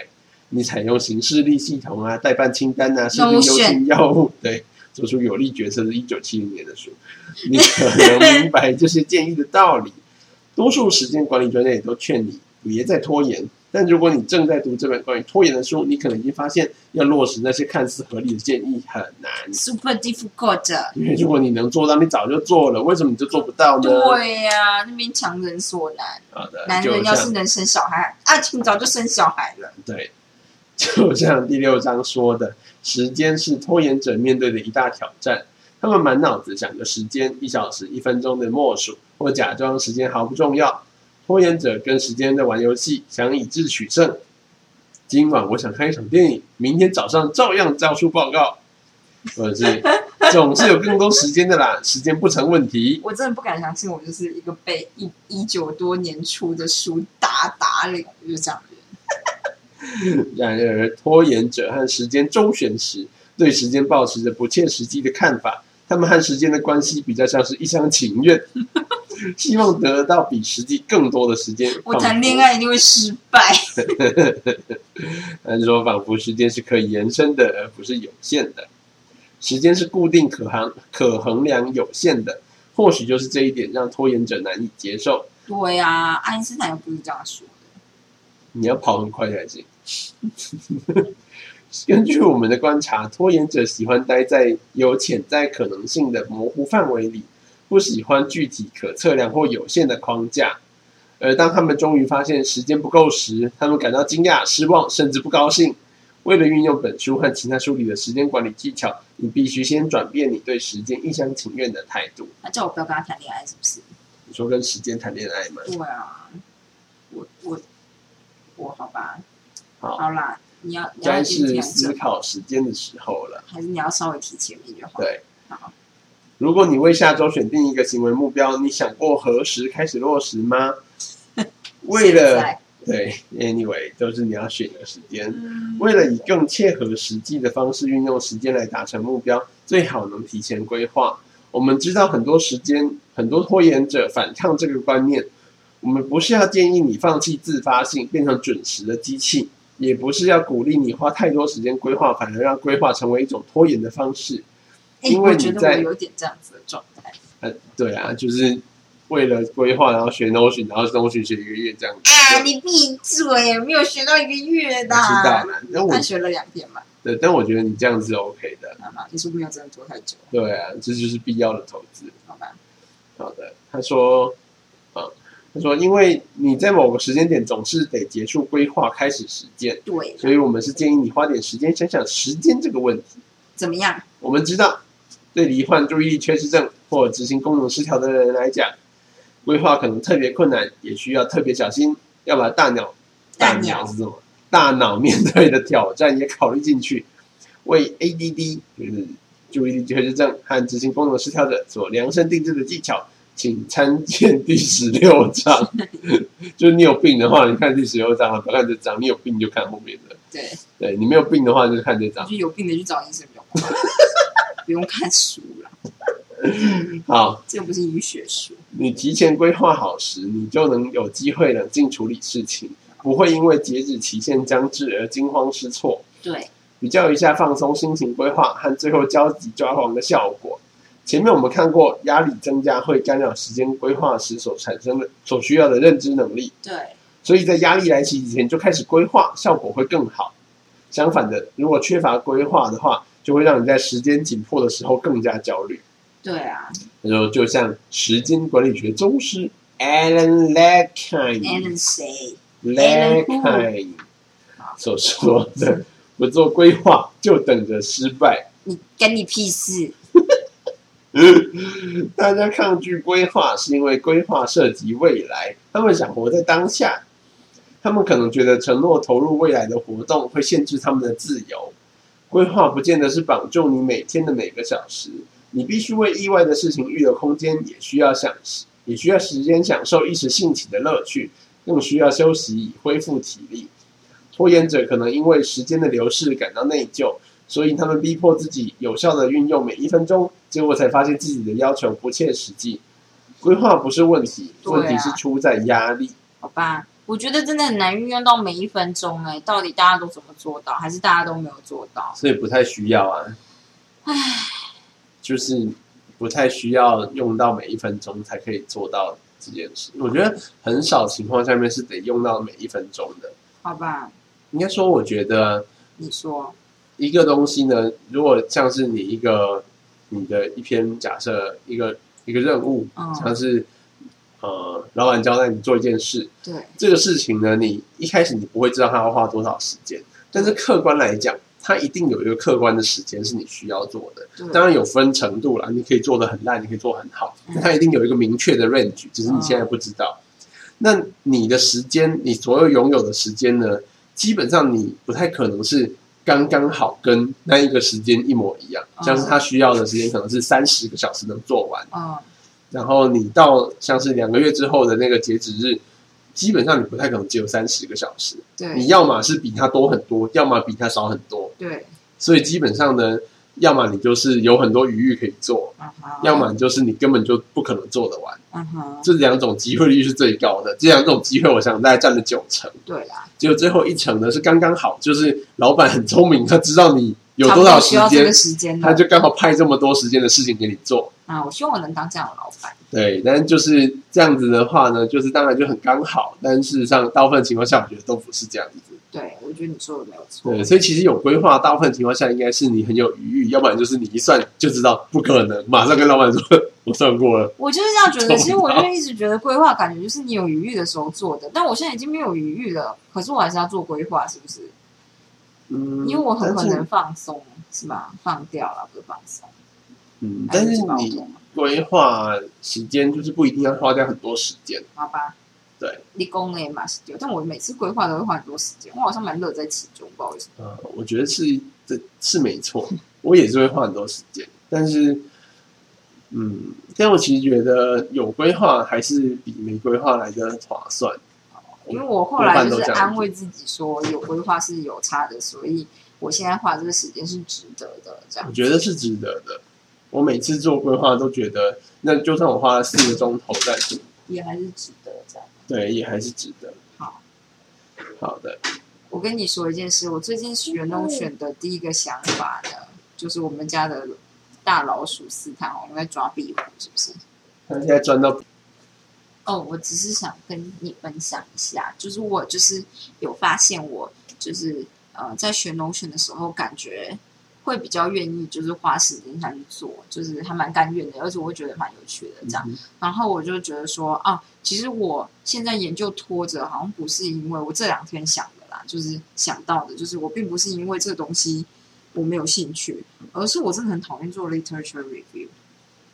S1: 你采用形式力系统啊、代办清单啊、设定
S2: No
S1: 优先药物， 对，做出有利决策是一九七零年的书。你可能明白这些建议的道理。多数时间管理专家也都劝你别再拖延。但如果你正在读这本关于拖延的书，你可能已经发现要落实那些看似合理的建议很难。
S2: Super difficult，
S1: 因为如果你能做到，你早就做了，为什么你就做不到呢？
S2: 对呀、那边强人所难。
S1: 好的，
S2: 男
S1: 呃就
S2: 人要
S1: 像
S2: 是能生小孩，爱情早就生小孩了。
S1: 对，就像第六章说的，时间是拖延者面对的一大挑战。他们满脑子想着时间，一小时、一分钟的默数，或假装时间毫不重要。拖延者跟时间在玩游戏，想以智取胜。今晚我想看一场电影，明天早上照样交出报告，或者是总是有更多时间的啦，时间不成问题。
S2: 我真的不敢相信，我就是一个被一一九多年出的书打打脸，我就是这样的人。
S1: 然而，拖延者和时间周旋时，对时间保持着不切实际的看法。他们和时间的关系比较像是一厢情愿， 希望得到比实际更多的时间。
S2: 我谈恋
S1: 爱，
S2: 爱一定会失败。
S1: 他说仿佛时间是可以延伸的，而不是有限的。时间是固定可衡、可衡量、有限的。或许就是这一点让拖延者难以接受。
S2: 对呀、爱因斯坦又不是这样说的。
S1: 你要跑很快才行。 根据我们的观察，拖延者喜欢待在有潜在可能性的模糊范围里，不喜欢具体可测量或有限的框架。而当他们终于发现时间不够时，他们感到惊讶、失望，甚至不高兴。为了运用本书和其他书里的时间管理技巧，你必须先转变你对时间一厢情愿的态度。
S2: 他叫我不要跟他谈恋爱，是不是？
S1: 你说跟时间谈恋爱吗？
S2: 对啊，我我我好吧，
S1: 好
S2: 好啦，你要你要
S1: 该
S2: 已经
S1: 是
S2: 调
S1: 思
S2: 整，
S1: 考时间的时候了。
S2: 还是你要稍微提前一点就好。
S1: 对
S2: 好，
S1: 如果你为下周选定一个行为目标，你想过何时开始落实吗？为
S2: 现
S1: 了
S2: 在
S1: 对，anyway，就是你要选一个时间。
S2: 嗯
S1: 为了以更切合实际的方式运用时间来达成目标，最好能提前规划。我们知道很多时间，很多拖延者反抗这个观念。我们不是要建议你放弃自发性，变成准时的机器，也不是要鼓励你花太多时间规划，反而让规划成为一种拖延的方式。
S2: 哎
S1: 因为
S2: 我
S1: 你
S2: 觉得
S1: 在
S2: 我有点这样子的状态，
S1: 呃，对啊，就是为了规划，然后学 Notion，然后 Notion 学一个月这样子。
S2: 啊，
S1: 对
S2: 你闭嘴！没有学到一个月的，
S1: 我知道啦，但我
S2: 但学了两天嘛，
S1: 对，但我觉得你这样是 OK 的。
S2: 好吧，你说没有真的拖太久，
S1: 对啊，这就是必要的投资。
S2: 好吧？
S1: 好的，他说，啊，他说，因为你在某个时间点总是得结束规划，开始实践，
S2: 对，
S1: 所以我们是建议你花点时间想想时间这个问题。
S2: 怎么样？
S1: 我们知道，对罹患注意力缺失症或执行功能失调的人来讲，规划可能特别困难，也需要特别小心，要把大脑
S2: 大
S1: 大
S2: 脑
S1: 脑是什么？大脑面对的挑战也考虑进去， 为 ADD 就是注意力缺失症和执行功能失调者所量身定制的技巧，请参见第十六章。 就是你有病的话，你看第十六章，不看这章；你有病就看后面的。
S2: 对，
S1: 对你没有病的话，就看这章
S2: 我。就有病的去找医生 比较快，不用看书了，
S1: 好，
S2: 这又不是医学书。
S1: 你提前规划好时，你就能有机会冷静处理事情，不会因为截止期限将至而惊慌失措。
S2: 对，
S1: 比较一下放松心情规划和最后焦急抓狂的效果。前面我们看过，压力增加会干扰时间规划时所产生的所需要的认知能力，
S2: 对，
S1: 所以在压力来袭以前就开始规划，效果会更好。相反的，如果缺乏规划的话，就会让你在时间紧迫的时候更加焦虑。
S2: 对啊
S1: 然后就像时间管理学宗师 Alan Lacane
S2: ，Alan 谁？Alan who？
S1: Lacane 所说的，不做规划就等着失败。
S2: 你干你屁事？
S1: 大家抗拒规划是因为规划涉及未来，他们想活在当下。他们可能觉得承诺投入未来的活动会限制他们的自由。规划不见得是绑住你每天的每个小时，你必须为意外的事情预留空间，也需要享，也需要时间享受一时兴起的乐趣，更需要休息以恢复体力。拖延者可能因为时间的流逝感到内疚，所以他们逼迫自己有效的运用每一分钟，结果才发现自己的要求不切实际。规划不是问题，
S2: 对啊
S1: 问题是出在压力。
S2: 好吧，我觉得真的很难运用到每一分钟哎、到底大家都怎么做到，还是大家都没有做到？
S1: 所以不太需要啊。
S2: 唉，
S1: 就是不太需要用到每一分钟才可以做到这件事。我觉得很少情况下面是得用到每一分钟的。
S2: 好吧，
S1: 应该说，我觉得
S2: 你说，
S1: 一个东西呢，如果像是你一个你的一篇假设一个一个任务，
S2: 嗯，
S1: 像是呃老板交代你做一件事，
S2: 对，
S1: 这个事情呢，你一开始你不会知道它要花多少时间，但是客观来讲，它一定有一个客观的时间是你需要做的。当
S2: 对，
S1: 然有分程度啦，你可以做的很烂，你可以做得很好，但它一定有一个明确的 range，只是你现在不知道。那你的时间，你所有拥有的时间呢，基本上你不太可能是刚刚好跟那一个时间一模一样，
S2: 嗯
S1: 像是他需要的时间可能是三十个小时能做完，
S2: 嗯，
S1: 然后你到像是两个月之后的那个截止日，基本上你不太可能只有三十个小时，你
S2: 对，
S1: 要么是比他多很多，要么比他少很多，
S2: 对，
S1: 所以基本上呢，要么你就是有很多余裕可以做，
S2: 嗯哼，
S1: 要么就是你根本就不可能做得完。
S2: 嗯哼，
S1: 这两种机会率是最高的，这两种机会我想大概占了九成，
S2: 对啦，
S1: 结果最后一成呢是刚刚好，就是老板很聪明，他知道你有
S2: 差不
S1: 多
S2: 多
S1: 少时
S2: 需要这
S1: 间
S2: 个，时间
S1: 他
S2: 了。
S1: 就刚好派这么多时间的事情给你做。
S2: 啊，我希望我能当这样的老板。
S1: 对，但就是这样子的话呢，就是当然就很刚好，但事实上大部分情况下我觉得都不是这样子。
S2: 对，我觉得你说的没有错。
S1: 对，所以其实有规划，大部分情况下应该是你很有余裕，要不然就是你一算就知道不可
S2: 嗯
S1: 能，马上跟老板说 我算过了。
S2: 我就是这样觉
S1: 懂
S2: 得。其实我就一直觉得规划感觉就是你有余裕的时候做的，但我现在已经没有余裕了，可是我还是要做规划，是不是？
S1: 嗯
S2: 因为我很可
S1: 但
S2: 能
S1: 是
S2: 放松，是吧？放掉了，不是放松，
S1: 嗯，
S2: 还
S1: 但
S2: 是
S1: 是
S2: 暴
S1: 你
S2: 动嘛？
S1: 规划时间就是不一定要花掉很多时间，
S2: 好吧，
S1: 对，
S2: 理工类嘛是丢，但我每次规划都会花很多时间，我好像蛮乐在其中，不好意思。
S1: 呃，我觉得是这是没错，我也是会花很多时间，但是，嗯，但我其实觉得有规划还是比没规划来的划算。
S2: 因为我后来就是安慰自己说，有规划是有差的，所以我现在花这个时间是值得的。这样
S1: 我觉得是值得的。我每次做规划都觉得，那就算我花了四个钟头在做，
S2: 也还是值得这样。
S1: 对，也还是值得。
S2: 好，
S1: 好的，
S2: 我跟你说一件事，我最近选中选的第一个想法呢，就是我们家的大老鼠斯坦，我们在抓壁虎，是不是？
S1: 那现在赚到
S2: 哦，我只是想跟你分享一下，就是我就是有发现我就是呃在选农选的时候，感觉会比较愿意就是花时间下去做，就是还蛮甘愿的，而且我会觉得蛮有趣的这样。
S1: 嗯
S2: 然后我就觉得说啊，其实我现在研究拖着，好像不是因为我这两天想的啦，就是想到的，就是我并不是因为这个东西我没有兴趣，而是我真的很讨厌做 literature review。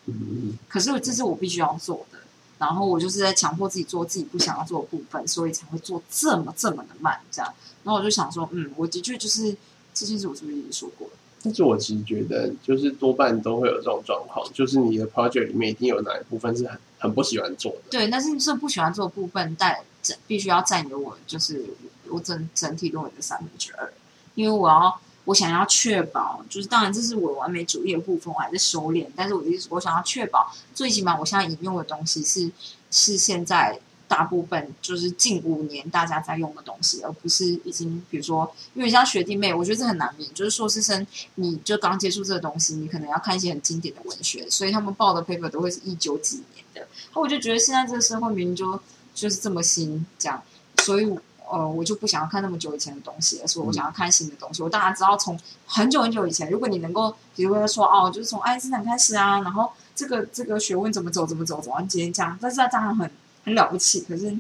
S1: 嗯
S2: 可是这是我必须要做的，然后我就是在强迫自己做自己不想要做的部分，所以才会做这么这么的慢这样。然后我就想说，嗯，我的确就是这件事，我是不是已经说过了？
S1: 但是我其实觉得，就是多半都会有这种状况，就是你的 project 里面一定有哪一部分是很很不喜欢做的。
S2: 对，但是这不喜欢做的部分，但这必须要占有我，就是我整整体论文的三分之二，因为我要我想要确保，就是当然这是我完美主义的部分，我还在收敛，但是我的意思，我想要确保，最起码我现在引用的东西是是现在大部分就是近五年大家在用的东西，而不是已经比如说，因为像学弟妹，我觉得这很难免，就是硕士生，你就刚接触这个东西，你可能要看一些很经典的文学，所以他们报的 paper 都会是一九几年的。我就觉得现在这个社会明明就就是这么新这样，所以呃，我就不想要看那么久以前的东西了，所以我想要看新的东西。我当然知道从很久很久以前，如果你能够，比如说哦，就是从爱因斯坦开始啊，然后这个这个学问怎么走怎么走，走到今天这样，但是它当然很很了不起，可是。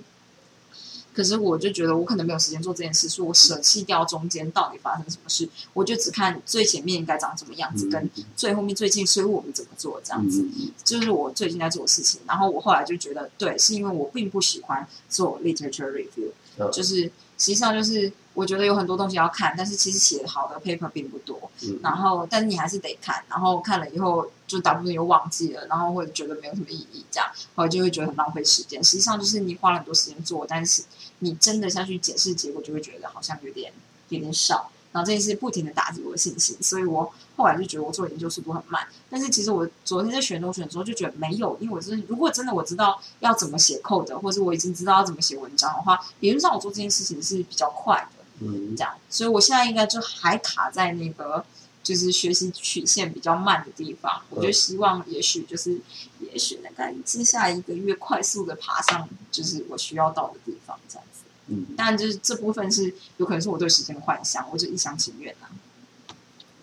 S2: 可是我就觉得我可能没有时间做这件事，所以我舍弃掉中间到底发生什么事，我就只看最前面应该长什么样子，
S1: 嗯
S2: 跟最后面最近所以我们怎么做这样子。
S1: 嗯
S2: 就是我最近在做的事情。然后我后来就觉得，对，是因为我并不喜欢做 literature review，、
S1: 嗯
S2: 就是实际上就是我觉得有很多东西要看，但是其实写好的 paper 并不多。
S1: 嗯
S2: 然后，但是你还是得看，然后看了以后就大部分又忘记了，然后会觉得没有什么意义，这样，后来就会觉得很浪费时间。实际上就是你花了很多时间做，但是你真的下去解释结果，就会觉得好像有点有点少。然后这件事不停的打击我的信心，所以我后来就觉得我做研究速度很慢。但是其实我昨天在选中选的时候就觉得没有，因为我真的如果真的我知道要怎么写 code，或者我已经知道要怎么写文章的话，理论上我做这件事情是比较快的。
S1: 嗯
S2: 这样，所以我现在应该就还卡在那个就是学习曲线比较慢的地方。
S1: 嗯
S2: 我就希望，也许就是，也许能在接下来一个月快速的爬上，就是我需要到的地方，这样子。
S1: 嗯，
S2: 当然，就是这部分是有可能是我对时间的幻想，我就一厢情愿啊。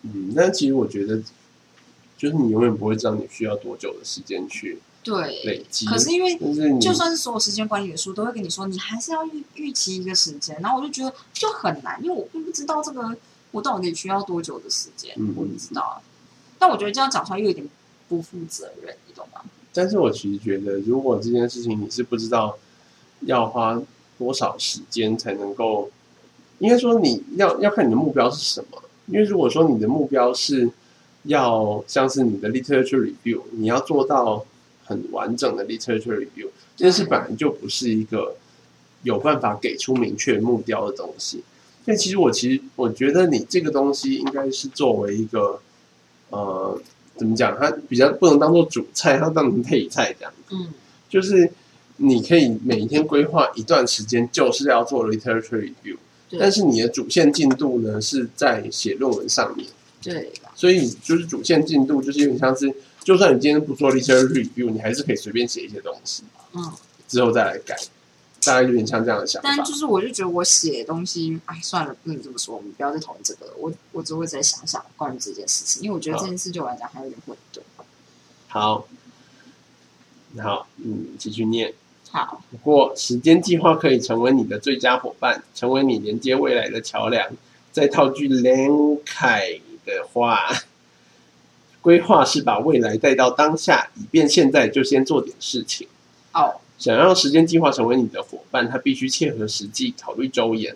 S1: 嗯，但其实我觉得，就是你永远不会知道你需要多久的时间去累
S2: 对，
S1: 积。
S2: 可是因为
S1: 但是你
S2: 就算是所有时间管理的书都会跟你说，你还是要预预期一个时间，然后我就觉得就很难，因为我并不知道这个我到底需要多久的时间，
S1: 嗯
S2: 我不知道啊。但我觉得这样讲出来又有点不负责任，你懂吗？
S1: 但是我其实觉得，如果这件事情你是不知道要花多少时间才能够，应该说你要要看你的目标是什么。因为如果说你的目标是要像是你的 literature review，你要做到很完整的 literature review，这件事本来就不是一个有办法给出明确目标的东西。所以其实我其实我觉得你这个东西应该是作为一个呃怎么讲，它比较不能当做主菜，它当成配菜这样。
S2: 嗯，
S1: 就是你可以每一天规划一段时间，就是要做 literature review，
S2: 对
S1: 但是你的主线进度呢是在写论文上面，
S2: 对啦，
S1: 所以就是主线进度就是有点像是，就算你今天不做 literature review，你还是可以随便写一些东西，
S2: 嗯，
S1: 之后再来改，大概有点像这样的想
S2: 但
S1: 法。
S2: 就是我就觉得我写东西，哎，算了，不能这么说，我们不要再讨论这个了。我我只会再想想关于这件事情，因为我觉得
S1: 好
S2: 这件事对我来讲还有点混沌。
S1: 好，好，嗯，继续念。
S2: 好，
S1: 不过，时间计划可以成为你的最佳伙伴，成为你连接未来的桥梁。再套句连凯的话，规划是把未来带到当下，以便现在就先做点事情。
S2: 哦，
S1: 想让时间计划成为你的伙伴，它必须切合实际，考虑周延。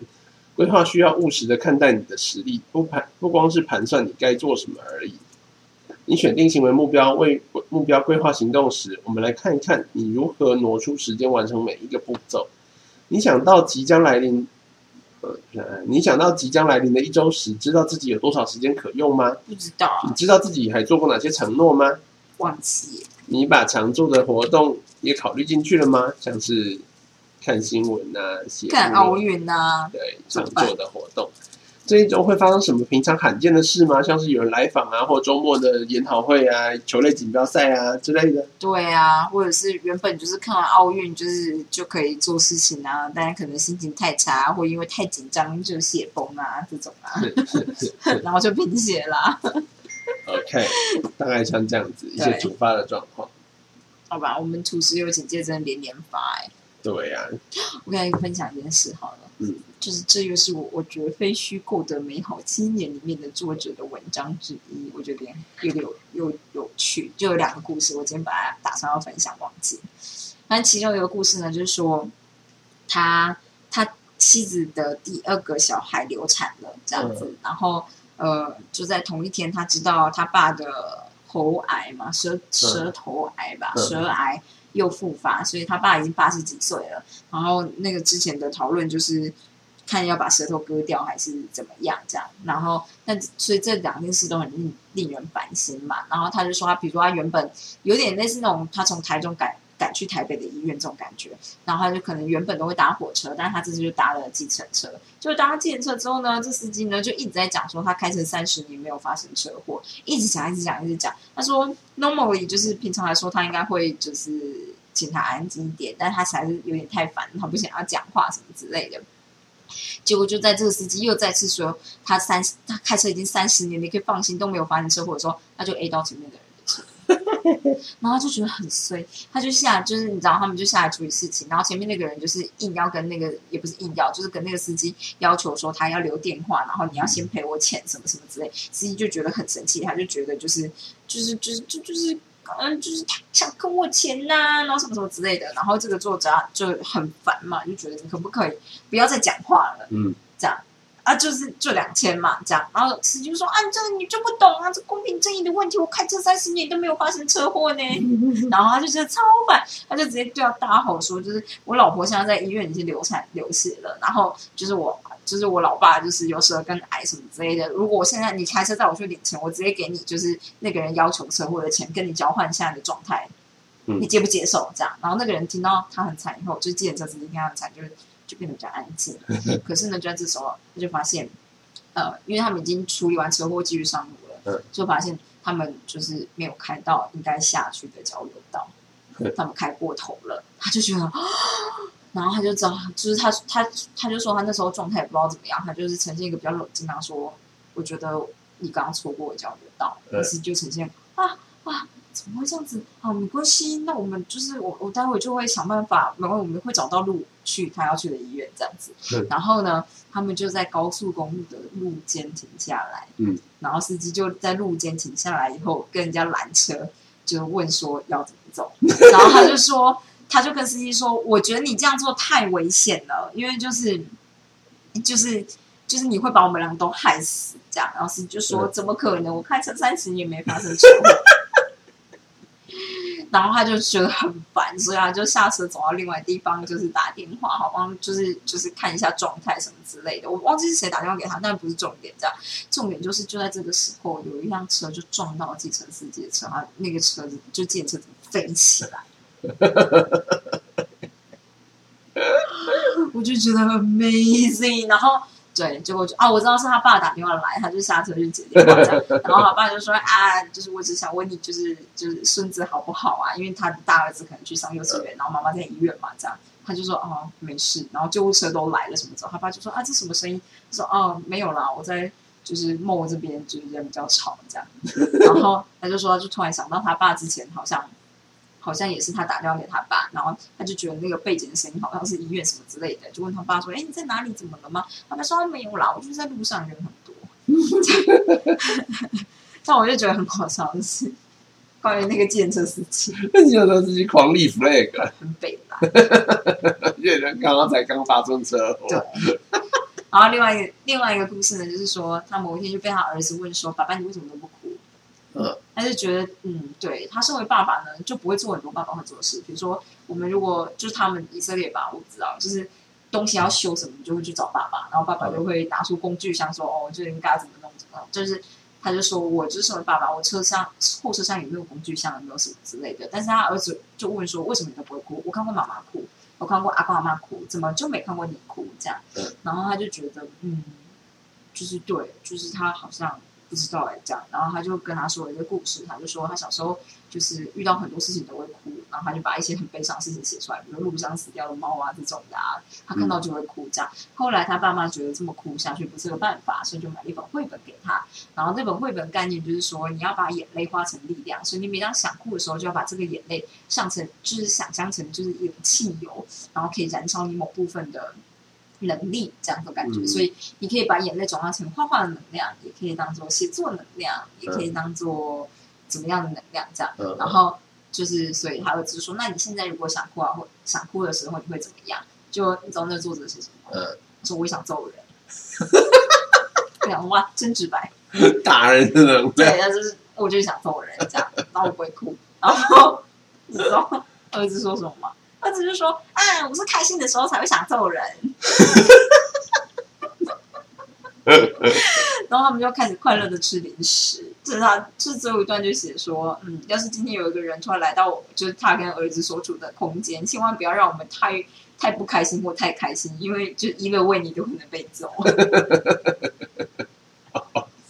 S1: 规划需要务实的看待你的实力，不盘不光是盘算你该做什么而已。你选定行为目标，为目标规划行动时，我们来看一看你如何挪出时间完成每一个步骤。你想到即将来临，呃，你想到即将来临的一周时，知道自己有多少时间可用吗？
S2: 不知道啊
S1: 你知道自己还做过哪些承诺吗？
S2: 忘记
S1: 你把常做的活动也考虑进去了吗？像是看新闻啊、写
S2: 看
S1: 日
S2: 奥运啊呐，
S1: 对常做的活动。这一周会发生什么平常罕见的事吗？像是有人来访啊，或周末的研讨会啊、球类锦标赛啊之类 的。
S2: 对啊，或者是原本就是看完奥运就是就可以做事情啊，但是可能心情太差，或因为太紧张就泄崩啊这种啊，然后就贫血啦。
S1: OK，大概像这样子一些
S2: 对
S1: 突发的状况。
S2: 好吧，我们厨师有警戒真的连连发哎、
S1: 对啊呀、
S2: 我跟你分享一件事好了，
S1: 嗯，
S2: 就是这又是我我觉得非虚构的美好青年里面的作者的文章之一，我觉得有点有有有趣，就有两个故事，我今天把它打算要分享，忘记了。反正其中一个故事呢，就是说他他妻子的第二个小孩流产了，这样子，然后呃，就在同一天，他知道他爸的喉癌嘛，舌舌头癌吧，
S1: 嗯
S2: 舌癌又复发，所以他爸已经八十几岁了。然后那个之前的讨论就是看要把舌头割掉还是怎么样这样，然后那所以这两件事都很令令人烦心嘛。然后他就说他，比如说他原本有点类似那种他从台中赶赶去台北的医院这种感觉，然后他就可能原本都会搭火车，但是他这次就搭了计程车。就搭计程车之后呢，这司机呢就一直在讲说他开车三十年没有发生车祸，一直讲一直讲一直讲。他说 normally 就是平常来说他应该会就是请他安静一点，但他实在是有点太烦，他不想要讲话什么之类的。结果就在这个司机又再次说他三十他开车已经三十年，你可以放心都没有发生车祸的时候，他就 A 到前面的人的车，然后他就觉得很衰，他就下来就是你知道他们就下来处理事情，然后前面那个人就是硬要跟那个也不是硬要，就是跟那个司机要求说他要留电话，然后你要先赔我钱什么什么之类，司机就觉得很生气，他就觉得就是就是就是就就是。嗯，就是他想跟我钱呐、然后什么什么之类的，然后这个作者啊就很烦嘛，就觉得你可不可以不要再讲话了？
S1: 嗯，
S2: 这样啊，就是就两千嘛，这样。然后司机就说啊，这你就不懂啊，这公平正义的问题，我开车三十年都没有发生车祸呢。然后他就觉得超烦，他就直接对他大吼说，就是我老婆现在在医院已经流产流血了，然后就是我。就是我老爸，就是有舌根癌什么之类的。如果我现在你开车载我去领钱，我直接给你就是那个人要求车祸的钱，跟你交换现在的状态，
S1: 嗯
S2: 你接不接受？这样。然后那个人听到他很惨以后，就计程车司机听他很惨，就是就变得比较安静。可是呢，就在这时候，啊他就发现，呃，因为他们已经处理完车祸，继续上路了，
S1: 嗯
S2: 就发现他们就是没有开到应该下去的交流道
S1: 嗯，
S2: 他们开过头了，他就觉得，啊 然后他就知道，就是他他他就说他那时候状态也不知道怎么样，他就是呈现一个比较冷静，他说，我觉得你刚刚错过交流道，
S1: 嗯
S2: 但是就呈现啊啊。怎么会这样子？好，没关系，那我们就是我，我待会就会想办法，然后我们会找到路去他要去的医院这样子。然后呢，他们就在高速公路的路肩停下来，
S1: 嗯，
S2: 然后司机就在路肩停下来以后，跟人家拦车，就问说要怎么走，然后他就说，他就跟司机说，我觉得你这样做太危险了，因为就是就是就是你会把我们俩都害死这样，然后司机就说，怎么可能？我开车三十年没发生车祸。然后他就觉得很烦，所以他就下车走到另外地方，就是打电话，好帮就是就是看一下状态什么之类的。我忘记是谁打电话给他，但不是重点。这样，重点就是就在这个时候，有一辆车就撞到计程司机的车，他那个车子就计程车子飞起来。 我就觉得 amazing，然后对，结果就啊，我知道是他爸打电话来，他就下车去接电话，这样，然后他爸就说啊，就是我只想问你，就是就是孙子好不好啊？因为他的大儿子可能去上幼稚园，然后妈妈在医院嘛，这样，他就说哦没事，然后救护车都来了什么之后，他爸就说啊这什么声音？他说哦没有啦，我在就是梦这边就是人比较吵这样，然后他就说他就突然想到他爸之前好像。 好像也是他打电话给他爸，然后他就觉得那个背景的声音好像是医院什么之类的，就问他爸说：“哎，你在哪里？怎么了吗？”他爸说：“他没有啦，我就是在路 上人很多。”但我就觉得很好笑的是，抱怨那个建车司机
S1: 那计程车司机狂立 flag，
S2: 很北吧。
S1: 越人刚刚才刚发生车祸，
S2: 对。然后另外一个另外一个故事呢，就是说他某一天就被他儿子问说：“爸爸，你为什么都不哭？”
S1: 嗯，
S2: 他就觉得，嗯，对他身为爸爸呢，就不会做很多爸爸会做的事，比如说我们如果就是他们以色列吧，我不知道，就是东西要修什么，就会去找爸爸，然后爸爸就会拿出工具箱说：“哦，这应该怎么弄怎么弄。”就是他就说：“我就是身为爸爸，我车上后车厢有没有工具箱，有没有什么之类的。”但是他儿子就问说：“为什么你都不会哭？我看过妈妈哭，我看过阿公阿妈哭，怎么就没看过你哭？”这样
S1: 嗯，
S2: 然后他就觉得，嗯，就是对，就是他好像不知道哎、这样，然后他就跟他说了一个故事，他就说他小时候就是遇到很多事情都会哭，然后他就把一些很悲伤的事情写出来，比如路上死掉的猫啊这种的、啊，他看到就会哭这样。后来他爸妈觉得这么哭下去不是个办法，所以就买了一本绘本给他，然后这本绘本概念就是说你要把眼泪化成力量，所以你每当想哭的时候就要把这个眼泪上成，就是想象成就是一种汽油，然后可以燃烧你某部分的。能力这样的感觉，
S1: 嗯
S2: 所以你可以把眼泪转化成画画的能量，也可以当做写作能量，也可以当做怎么样的能量这样。
S1: 嗯
S2: 然后就是，所以他会就是说，那你现在如果想哭啊，或想哭的时候，你会怎么样？就你知道那作者写什么吗？
S1: 嗯
S2: 他说我想揍人。啊我想哇，真直白。
S1: 打人的能
S2: 对
S1: 量，，
S2: 他就是我就是想揍人这样，然后我不会哭。然后你知 道儿子说什么吗？儿子就说：“哎，我是开心的时候才会想揍人。”然后他们就开始快乐的吃零食。这是他这最后一段就写说：“嗯，要是今天有一个人突然来到我，就是他跟儿子所处的空间，千万不要让我们太太不开心或太开心，因为就一个为你都可能被揍。”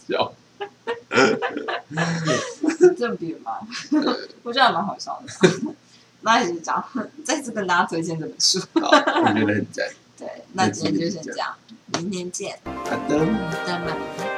S1: 笑
S2: 这比蛮， 我觉得还蛮好笑的。 那也是这样，再次跟大家推荐这本书。
S1: 好，我觉得很赞。
S2: 对，那今天就先这样，明天见，
S1: 好的。
S2: 再见。